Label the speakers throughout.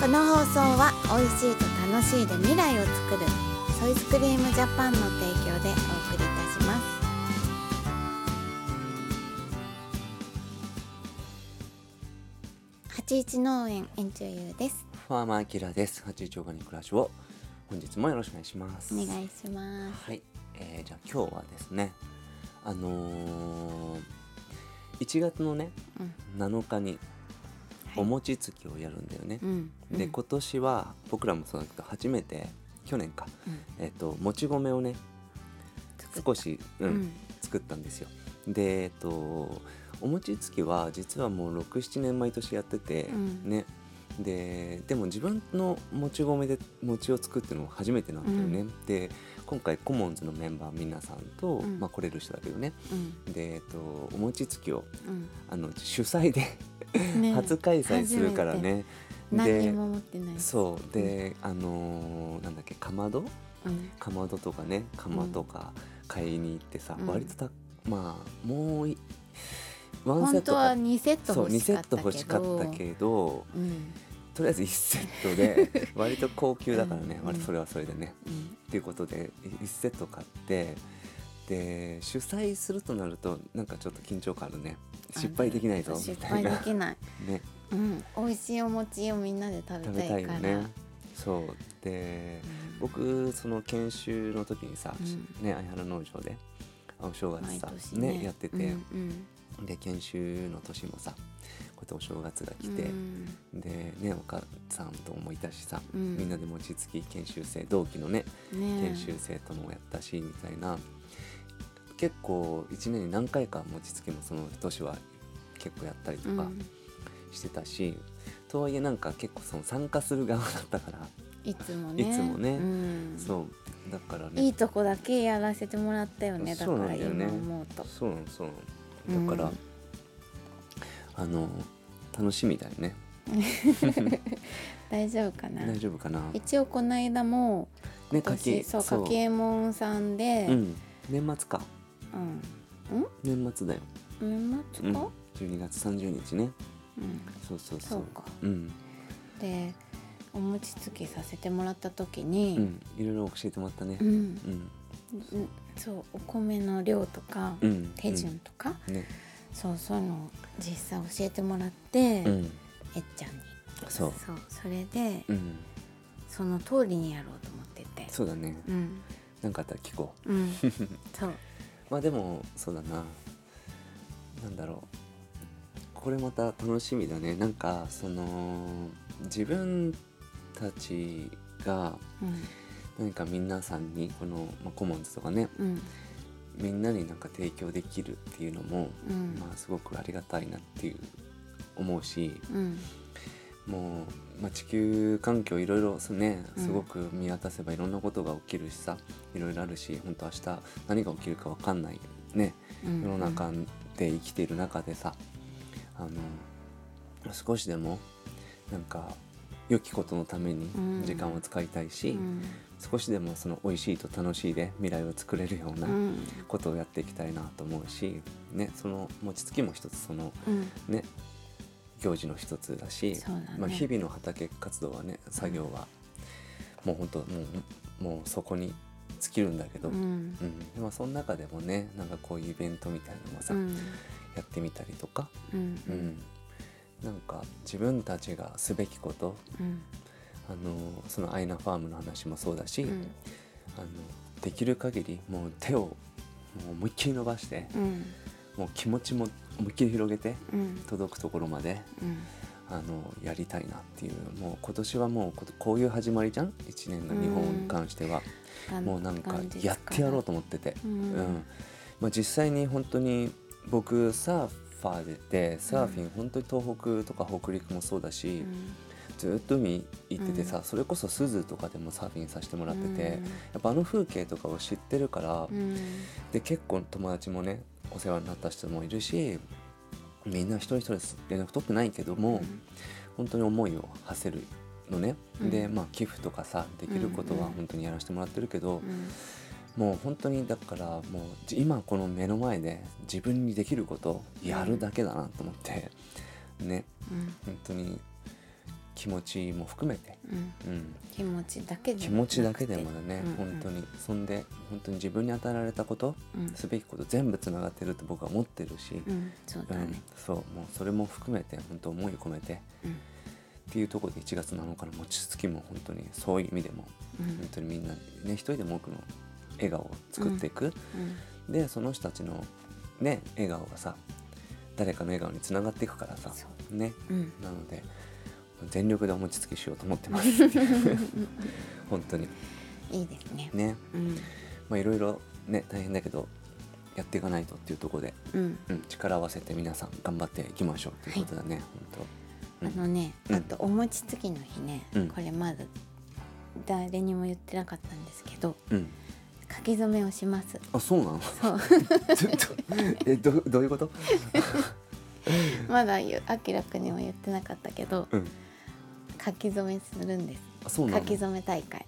Speaker 1: この放送は美味しいと楽しいで未来を作るソイスクリームジャパンの提供でお送りいたします八一農園園長ゆうです
Speaker 2: ファーマーアキラです。八丁ガニ暮らしを本日もよろしくお願いします。
Speaker 1: お願いします
Speaker 2: はい、えーじゃあ今日はですね、あのー、1月のね
Speaker 1: うん
Speaker 2: 7日に
Speaker 1: はい
Speaker 2: お餅つきをやるんだよね。
Speaker 1: うん
Speaker 2: で今年は僕らもそうだけど初めて去年か、
Speaker 1: うん
Speaker 2: えっ、ともち米をね少し、うん
Speaker 1: うん
Speaker 2: 作ったんですよ。でえっ、とお餅つきは実はもう67年毎年やってて、
Speaker 1: うん
Speaker 2: ねででも自分のもち米で餅を作ってるのは初めてなんだよね、
Speaker 1: う
Speaker 2: で今回コモンズのメンバー皆さんと、
Speaker 1: うん
Speaker 2: まあ、来れる人だけどね
Speaker 1: うん
Speaker 2: で、えっと、お餅つきを
Speaker 1: うん
Speaker 2: あの主催で
Speaker 1: ね
Speaker 2: 初開催するからね
Speaker 1: 何に
Speaker 2: で
Speaker 1: も持ってない
Speaker 2: そうで、あのーなんだっけかまど
Speaker 1: うん
Speaker 2: かまどとかね釜とか買いに行ってさ、
Speaker 1: うん
Speaker 2: 割とたまあもういワンセッ
Speaker 1: 本
Speaker 2: ト
Speaker 1: 当
Speaker 2: か
Speaker 1: は二セット
Speaker 2: そう
Speaker 1: 欲
Speaker 2: 2
Speaker 1: し
Speaker 2: セ
Speaker 1: か
Speaker 2: ッ
Speaker 1: ったけど
Speaker 2: ト欲しかったけど
Speaker 1: うん
Speaker 2: とりあえず1セッ トで割と高級だからね、
Speaker 1: うん
Speaker 2: 割とそれはそれでね。
Speaker 1: うん
Speaker 2: っていうことで1セット買ってで主催するとなるとなんかちょっと緊張感あるね失敗できないぞ
Speaker 1: そう
Speaker 2: み
Speaker 1: 失
Speaker 2: た
Speaker 1: 敗
Speaker 2: い
Speaker 1: で
Speaker 2: な
Speaker 1: きない、
Speaker 2: ね
Speaker 1: うん、美味しいお餅をみんなで食べ
Speaker 2: 食べ
Speaker 1: た
Speaker 2: た
Speaker 1: い
Speaker 2: いよ
Speaker 1: から
Speaker 2: ね。そうで
Speaker 1: うん
Speaker 2: 僕その研修の時にさ、
Speaker 1: うん
Speaker 2: ね相原農場であお正月
Speaker 1: 毎
Speaker 2: さ
Speaker 1: 年
Speaker 2: ね
Speaker 1: ね
Speaker 2: やってて、
Speaker 1: うんうん
Speaker 2: で研修の年もさこうやってお正月が来て、
Speaker 1: うん
Speaker 2: でねお母さんと思いたしさ、
Speaker 1: うん
Speaker 2: みんなで餅つき研修生同期のね
Speaker 1: ねえ
Speaker 2: 研修生ともやったしみたいな、結構1年に何回か餅つきもその年は結構やったりと
Speaker 1: う
Speaker 2: か
Speaker 1: ん
Speaker 2: してたし、とはいえなんか結構その参加する側だったから、
Speaker 1: いつもね
Speaker 2: いつもね
Speaker 1: うん
Speaker 2: そうだからね
Speaker 1: いいとこだけやらせてもらったよねだか
Speaker 2: そうな
Speaker 1: ら
Speaker 2: んだよね
Speaker 1: 今思うと
Speaker 2: そうなのそうなのだから、
Speaker 1: うん
Speaker 2: あの楽しみだよね
Speaker 1: 大丈夫かな
Speaker 2: 大丈夫かな
Speaker 1: 一応この間も
Speaker 2: ね
Speaker 1: 今年そう
Speaker 2: そう
Speaker 1: かけもんさんで、
Speaker 2: うん、年末か
Speaker 1: うん
Speaker 2: 年末だよ、
Speaker 1: 年
Speaker 2: う
Speaker 1: 末
Speaker 2: ん
Speaker 1: か、、
Speaker 2: 12月30日ね
Speaker 1: うん、
Speaker 2: そうそうそ
Speaker 1: そううか
Speaker 2: うん、
Speaker 1: でお餅つきさせてもらった時に、
Speaker 2: うん、いろいろ教えてもらったね
Speaker 1: うん
Speaker 2: うん
Speaker 1: うんそうお米の量とか、
Speaker 2: うん
Speaker 1: 手順とか、
Speaker 2: ね
Speaker 1: そうそういうのを実際教えてもらって、
Speaker 2: うん
Speaker 1: えっちゃんに
Speaker 2: そう
Speaker 1: そうそれで、
Speaker 2: うん
Speaker 1: その通りにやろうと思ってて
Speaker 2: そうだね
Speaker 1: うん
Speaker 2: なんかあったら聞こう
Speaker 1: うん そう
Speaker 2: まあでもそうだななんだろうこれまた楽しみだねなんかその自分たちが
Speaker 1: うん
Speaker 2: 何か皆さんにこの、まあ、コモンズとかね
Speaker 1: うん
Speaker 2: みんなになんか提供できるっていうのも、
Speaker 1: うん
Speaker 2: まあ、すごくありがたいなっていう思うし
Speaker 1: うん
Speaker 2: もう、まあ、地球環境いろいろすね
Speaker 1: うん
Speaker 2: すごく見渡せばいろんなことが起きるしさいろいろあるし本当明日何が起きるか分かんないね
Speaker 1: うん
Speaker 2: 世の中で生きている中でさあの少しでもなんか良きことのために
Speaker 1: うん
Speaker 2: 時間を使いたいし、
Speaker 1: うん
Speaker 2: 少しでもその美味しいと楽しいで未来を作れるよう
Speaker 1: う
Speaker 2: なんことをやっていきたいなと思うし、ね、その餅つきも一つその
Speaker 1: うん
Speaker 2: ね行事の一つだし
Speaker 1: そうだね
Speaker 2: まあ、日々の畑活動はね作業はもう本当もうもうそこに尽きるんだけど、
Speaker 1: う
Speaker 2: うん
Speaker 1: ん
Speaker 2: でもその中でもねなんかこういうイベントみたいなのもさ、
Speaker 1: うん
Speaker 2: やってみたりとか、
Speaker 1: うん
Speaker 2: うんなんか自分たちがすべきこと
Speaker 1: うん
Speaker 2: あのそのアイナファームの話もそうだし、
Speaker 1: うん
Speaker 2: あのできる限りもう手をもう思いっきり伸ばして、
Speaker 1: うん
Speaker 2: もう気持ちも思いっきり広げて
Speaker 1: うん
Speaker 2: 届くところまで
Speaker 1: うん
Speaker 2: あのやりたいなっていうもう今年はもうここういう始まりじゃん1年の日本に関しては、もうなんかやってやろうと思ってて、
Speaker 1: う
Speaker 2: うん
Speaker 1: ん
Speaker 2: まあ、実際に本当に僕サーファーでてサーフィン、本当に東北とか北陸もそうだし、
Speaker 1: うん
Speaker 2: ずっと海行っててさ、
Speaker 1: う
Speaker 2: それこそ珠洲とかでもサーフィンさせてもらってて、
Speaker 1: うん
Speaker 2: やっぱあの風景とかを知ってるから、
Speaker 1: うん
Speaker 2: で結構友達もねお世話になった人もいるしみんな一人一人連絡取ってないけども、本当に思いを馳せるのね、
Speaker 1: うん
Speaker 2: でまあ寄付とかさできること
Speaker 1: うん
Speaker 2: は
Speaker 1: うん
Speaker 2: 本当にやらせてもらってるけど、
Speaker 1: うん
Speaker 2: もう本当にだからもうじ今この目の前で自分にできることをやるだけだなと思ってね
Speaker 1: うん
Speaker 2: 本当に気持ちも含めて、
Speaker 1: うん、
Speaker 2: うん、
Speaker 1: 気持ちだけで
Speaker 2: 気持ちだけでもだね、
Speaker 1: うんうん
Speaker 2: 本当にそんで本当に自分に与えられたこと
Speaker 1: うん、
Speaker 2: すべきこと全部つながってると僕は思ってるし、
Speaker 1: うん、そう
Speaker 2: う
Speaker 1: だね
Speaker 2: ん、そうもうそれも含めて本当思いを込めて
Speaker 1: うん
Speaker 2: っていうところで1月7日の餅つきも本当にそういう意味でも
Speaker 1: うん
Speaker 2: 本当にみんなね一人でも多くの笑顔を作っていく、
Speaker 1: うん
Speaker 2: でその人たちのね笑顔がさ誰かの笑顔につながっていくからさ
Speaker 1: そ
Speaker 2: ね
Speaker 1: うん
Speaker 2: なので全力でお餅つきしようと思ってます 本当に
Speaker 1: いいですね
Speaker 2: ね
Speaker 1: うん
Speaker 2: まあいろいろね大変だけどやっていかないとっていうところで、
Speaker 1: うん
Speaker 2: うん、力を合わせて皆さん頑張っていきましょうということだね、本
Speaker 1: あのね、
Speaker 2: うん
Speaker 1: あとお餅つきの日ね、
Speaker 2: うん
Speaker 1: これまだ誰にも言ってなかったんですけど
Speaker 2: 当うん
Speaker 1: 書き初めをします
Speaker 2: あそうなの
Speaker 1: そう
Speaker 2: ちょっとえどどういうこと
Speaker 1: まだゆあきらくんにも言ってなかったけど
Speaker 2: うん
Speaker 1: 書き初めするんです
Speaker 2: あそうな
Speaker 1: 書
Speaker 2: の
Speaker 1: き初め大会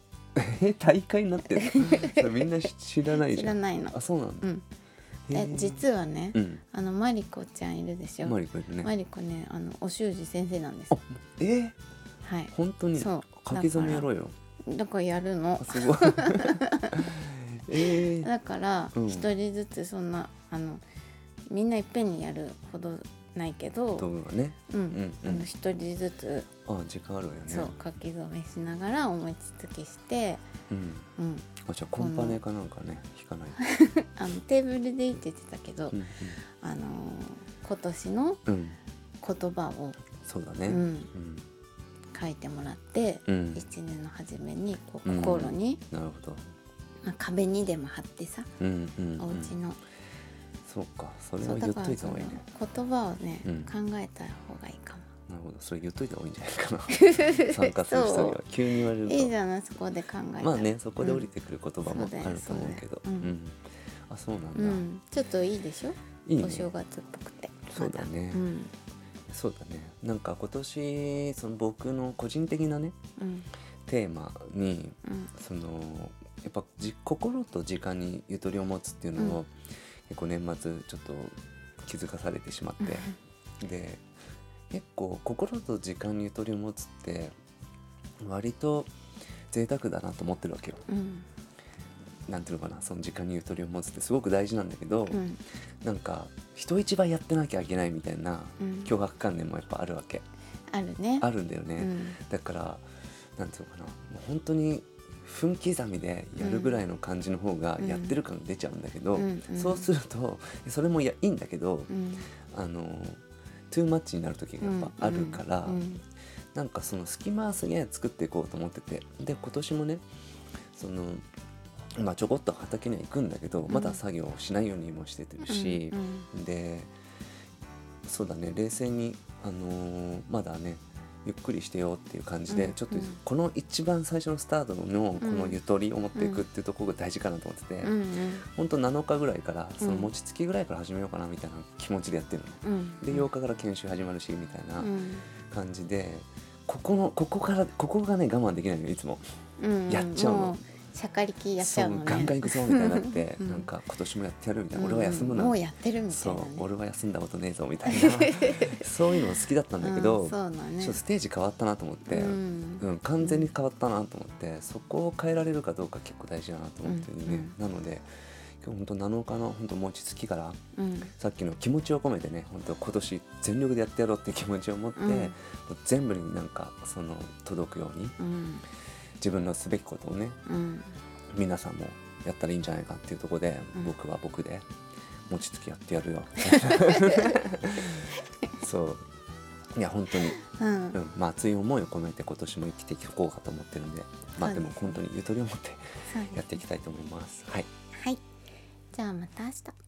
Speaker 2: え大会になってるのそれみんな知らない
Speaker 1: 知
Speaker 2: じ
Speaker 1: ら
Speaker 2: ゃん
Speaker 1: ないの
Speaker 2: あそうなん
Speaker 1: う
Speaker 2: だ
Speaker 1: ん
Speaker 2: へ
Speaker 1: で
Speaker 2: ー
Speaker 1: 実はね、
Speaker 2: うん
Speaker 1: あのマリコちゃんいるでしょ
Speaker 2: マリコいる
Speaker 1: マ
Speaker 2: ね
Speaker 1: リコねあのお習字先生なんです
Speaker 2: あえー
Speaker 1: はい
Speaker 2: 本当に
Speaker 1: そ
Speaker 2: 書
Speaker 1: う
Speaker 2: き初めやろうよ
Speaker 1: だからやるの
Speaker 2: あす ごいえー
Speaker 1: だから
Speaker 2: うん
Speaker 1: 一人ずつそんな、あのみんないっぺんにやるほどないけど
Speaker 2: 飛ぶわね
Speaker 1: うん
Speaker 2: うんうん
Speaker 1: あの一人ずつ、
Speaker 2: あ時間あるわよね
Speaker 1: そう書き初めしながらお餅つきして、
Speaker 2: うん
Speaker 1: うん、
Speaker 2: あじゃあコンパネかなんかね弾かないと
Speaker 1: あのテーブルでいいって言ってたけど、
Speaker 2: うん
Speaker 1: あのー今年の
Speaker 2: うんうん
Speaker 1: 言葉を、
Speaker 2: そうだ
Speaker 1: う
Speaker 2: ね
Speaker 1: ん、
Speaker 2: うん
Speaker 1: 書いてもらって、
Speaker 2: うん
Speaker 1: 一年の初めにこう
Speaker 2: うん
Speaker 1: 心に、
Speaker 2: なるほど
Speaker 1: まあ、壁にでも貼ってさ、
Speaker 2: うんうん
Speaker 1: お
Speaker 2: う
Speaker 1: 家
Speaker 2: ん
Speaker 1: の
Speaker 2: そうかそれ
Speaker 1: そ
Speaker 2: は
Speaker 1: うだ
Speaker 2: 言っ
Speaker 1: から
Speaker 2: といた
Speaker 1: そ
Speaker 2: 方
Speaker 1: の
Speaker 2: がいいね
Speaker 1: 言葉をね、
Speaker 2: うん
Speaker 1: 考えた方がいいかも。
Speaker 2: なるほどそれ言っといた方がいいんじゃ ない かな参加する人には急に言われると
Speaker 1: いいじゃないそこで考えたら
Speaker 2: まあねそこで降りてくる言葉も
Speaker 1: うんそうだよ
Speaker 2: あると思うけど
Speaker 1: そうだようん
Speaker 2: うんあそうなんだ、
Speaker 1: うん、うんちょっといいでしょ
Speaker 2: いいね
Speaker 1: お正月っぽくて
Speaker 2: そうだね
Speaker 1: まうん
Speaker 2: そうだねなんか今年その僕の個人的なね
Speaker 1: うん
Speaker 2: テーマに
Speaker 1: うん
Speaker 2: そのやっぱじ心と時間にゆとりを持つっていうのを、
Speaker 1: うん
Speaker 2: 結構年末ちょっと気づかされてしまってで結構心と時間にゆとりを持つって割と贅沢だなと思ってるわけよ。
Speaker 1: うん
Speaker 2: なんていうのかなその時間にゆとりを持つってすごく大事なんだけど、
Speaker 1: うん
Speaker 2: なんか人一倍やってなきゃいけないみたいな
Speaker 1: うん
Speaker 2: 脅迫観念もやっぱあるわけ、
Speaker 1: あるね
Speaker 2: あるんだよね。
Speaker 1: うん
Speaker 2: だからなんていうのかなもう本当に分刻みでやるぐらいの感じの方が
Speaker 1: うん
Speaker 2: やってる感出ちゃうんだけど、
Speaker 1: うんうん
Speaker 2: そうするとそれもいやいいんだけど、
Speaker 1: うん
Speaker 2: あのトゥーマッチになる時がやっぱあるから、
Speaker 1: うん
Speaker 2: なんかその隙間はすげえ作っていこうと思っててで今年もねそのまあちょこっと畑には行くんだけど、
Speaker 1: ん
Speaker 2: まだ作業をしないようにもしててるし
Speaker 1: う、ん
Speaker 2: でそうだね冷静に、あのーまだねゆっくりしてよっていう感じで、
Speaker 1: うん
Speaker 2: ちょっと
Speaker 1: うん
Speaker 2: この一番最初のスタートのこの
Speaker 1: うん
Speaker 2: ゆとりを持っていくっていうところが大事かなと思ってて、
Speaker 1: うんうん
Speaker 2: ほんと7日ぐらいからその
Speaker 1: うん
Speaker 2: 餅つきぐらいから始めようかなみたいな気持ちでやってるの。
Speaker 1: うん
Speaker 2: で8日から研修始まるしみたいな
Speaker 1: うん
Speaker 2: 感じで、ここのここからここがね我慢できないのよいつも。
Speaker 1: うん
Speaker 2: やっちゃうの
Speaker 1: もしゃかりきやっちゃうのね
Speaker 2: ガンガン行くぞみたいになって、
Speaker 1: うん
Speaker 2: なんか今年もやってやるみたいな、
Speaker 1: うん
Speaker 2: 俺は休むな
Speaker 1: もうやってるみた
Speaker 2: そ
Speaker 1: いうなね
Speaker 2: 俺は休んだことねえぞみたい なそういうの好きだったんだけど、
Speaker 1: うんそうだね
Speaker 2: ちょっとステージ変わったなと思って、
Speaker 1: う
Speaker 2: うん
Speaker 1: ん
Speaker 2: 完全に変わったなと思ってそこを変えられるかどうか結構大事だなと思ってるね、
Speaker 1: う
Speaker 2: なので今日本当7日の本当餅つきから
Speaker 1: うん
Speaker 2: さっきの気持ちを込めてね本当今年全力でやってやろうっていう気持ちを持って、
Speaker 1: うん
Speaker 2: もう全部になんかその届くように
Speaker 1: うん
Speaker 2: 自分のすべきことをね
Speaker 1: うん
Speaker 2: 皆さんもやったらいいんじゃないかっていうところで、
Speaker 1: うん
Speaker 2: 僕は僕で餅つきやってや るよそういや本当に、
Speaker 1: うん
Speaker 2: うんまあ、熱い思いを込めて今年も生きていこうかと思ってるんでまあ
Speaker 1: そ
Speaker 2: で
Speaker 1: うですね
Speaker 2: も本当にゆとりを持って
Speaker 1: そうです
Speaker 2: やっていきたいと思います。はい
Speaker 1: はいじゃあまた明日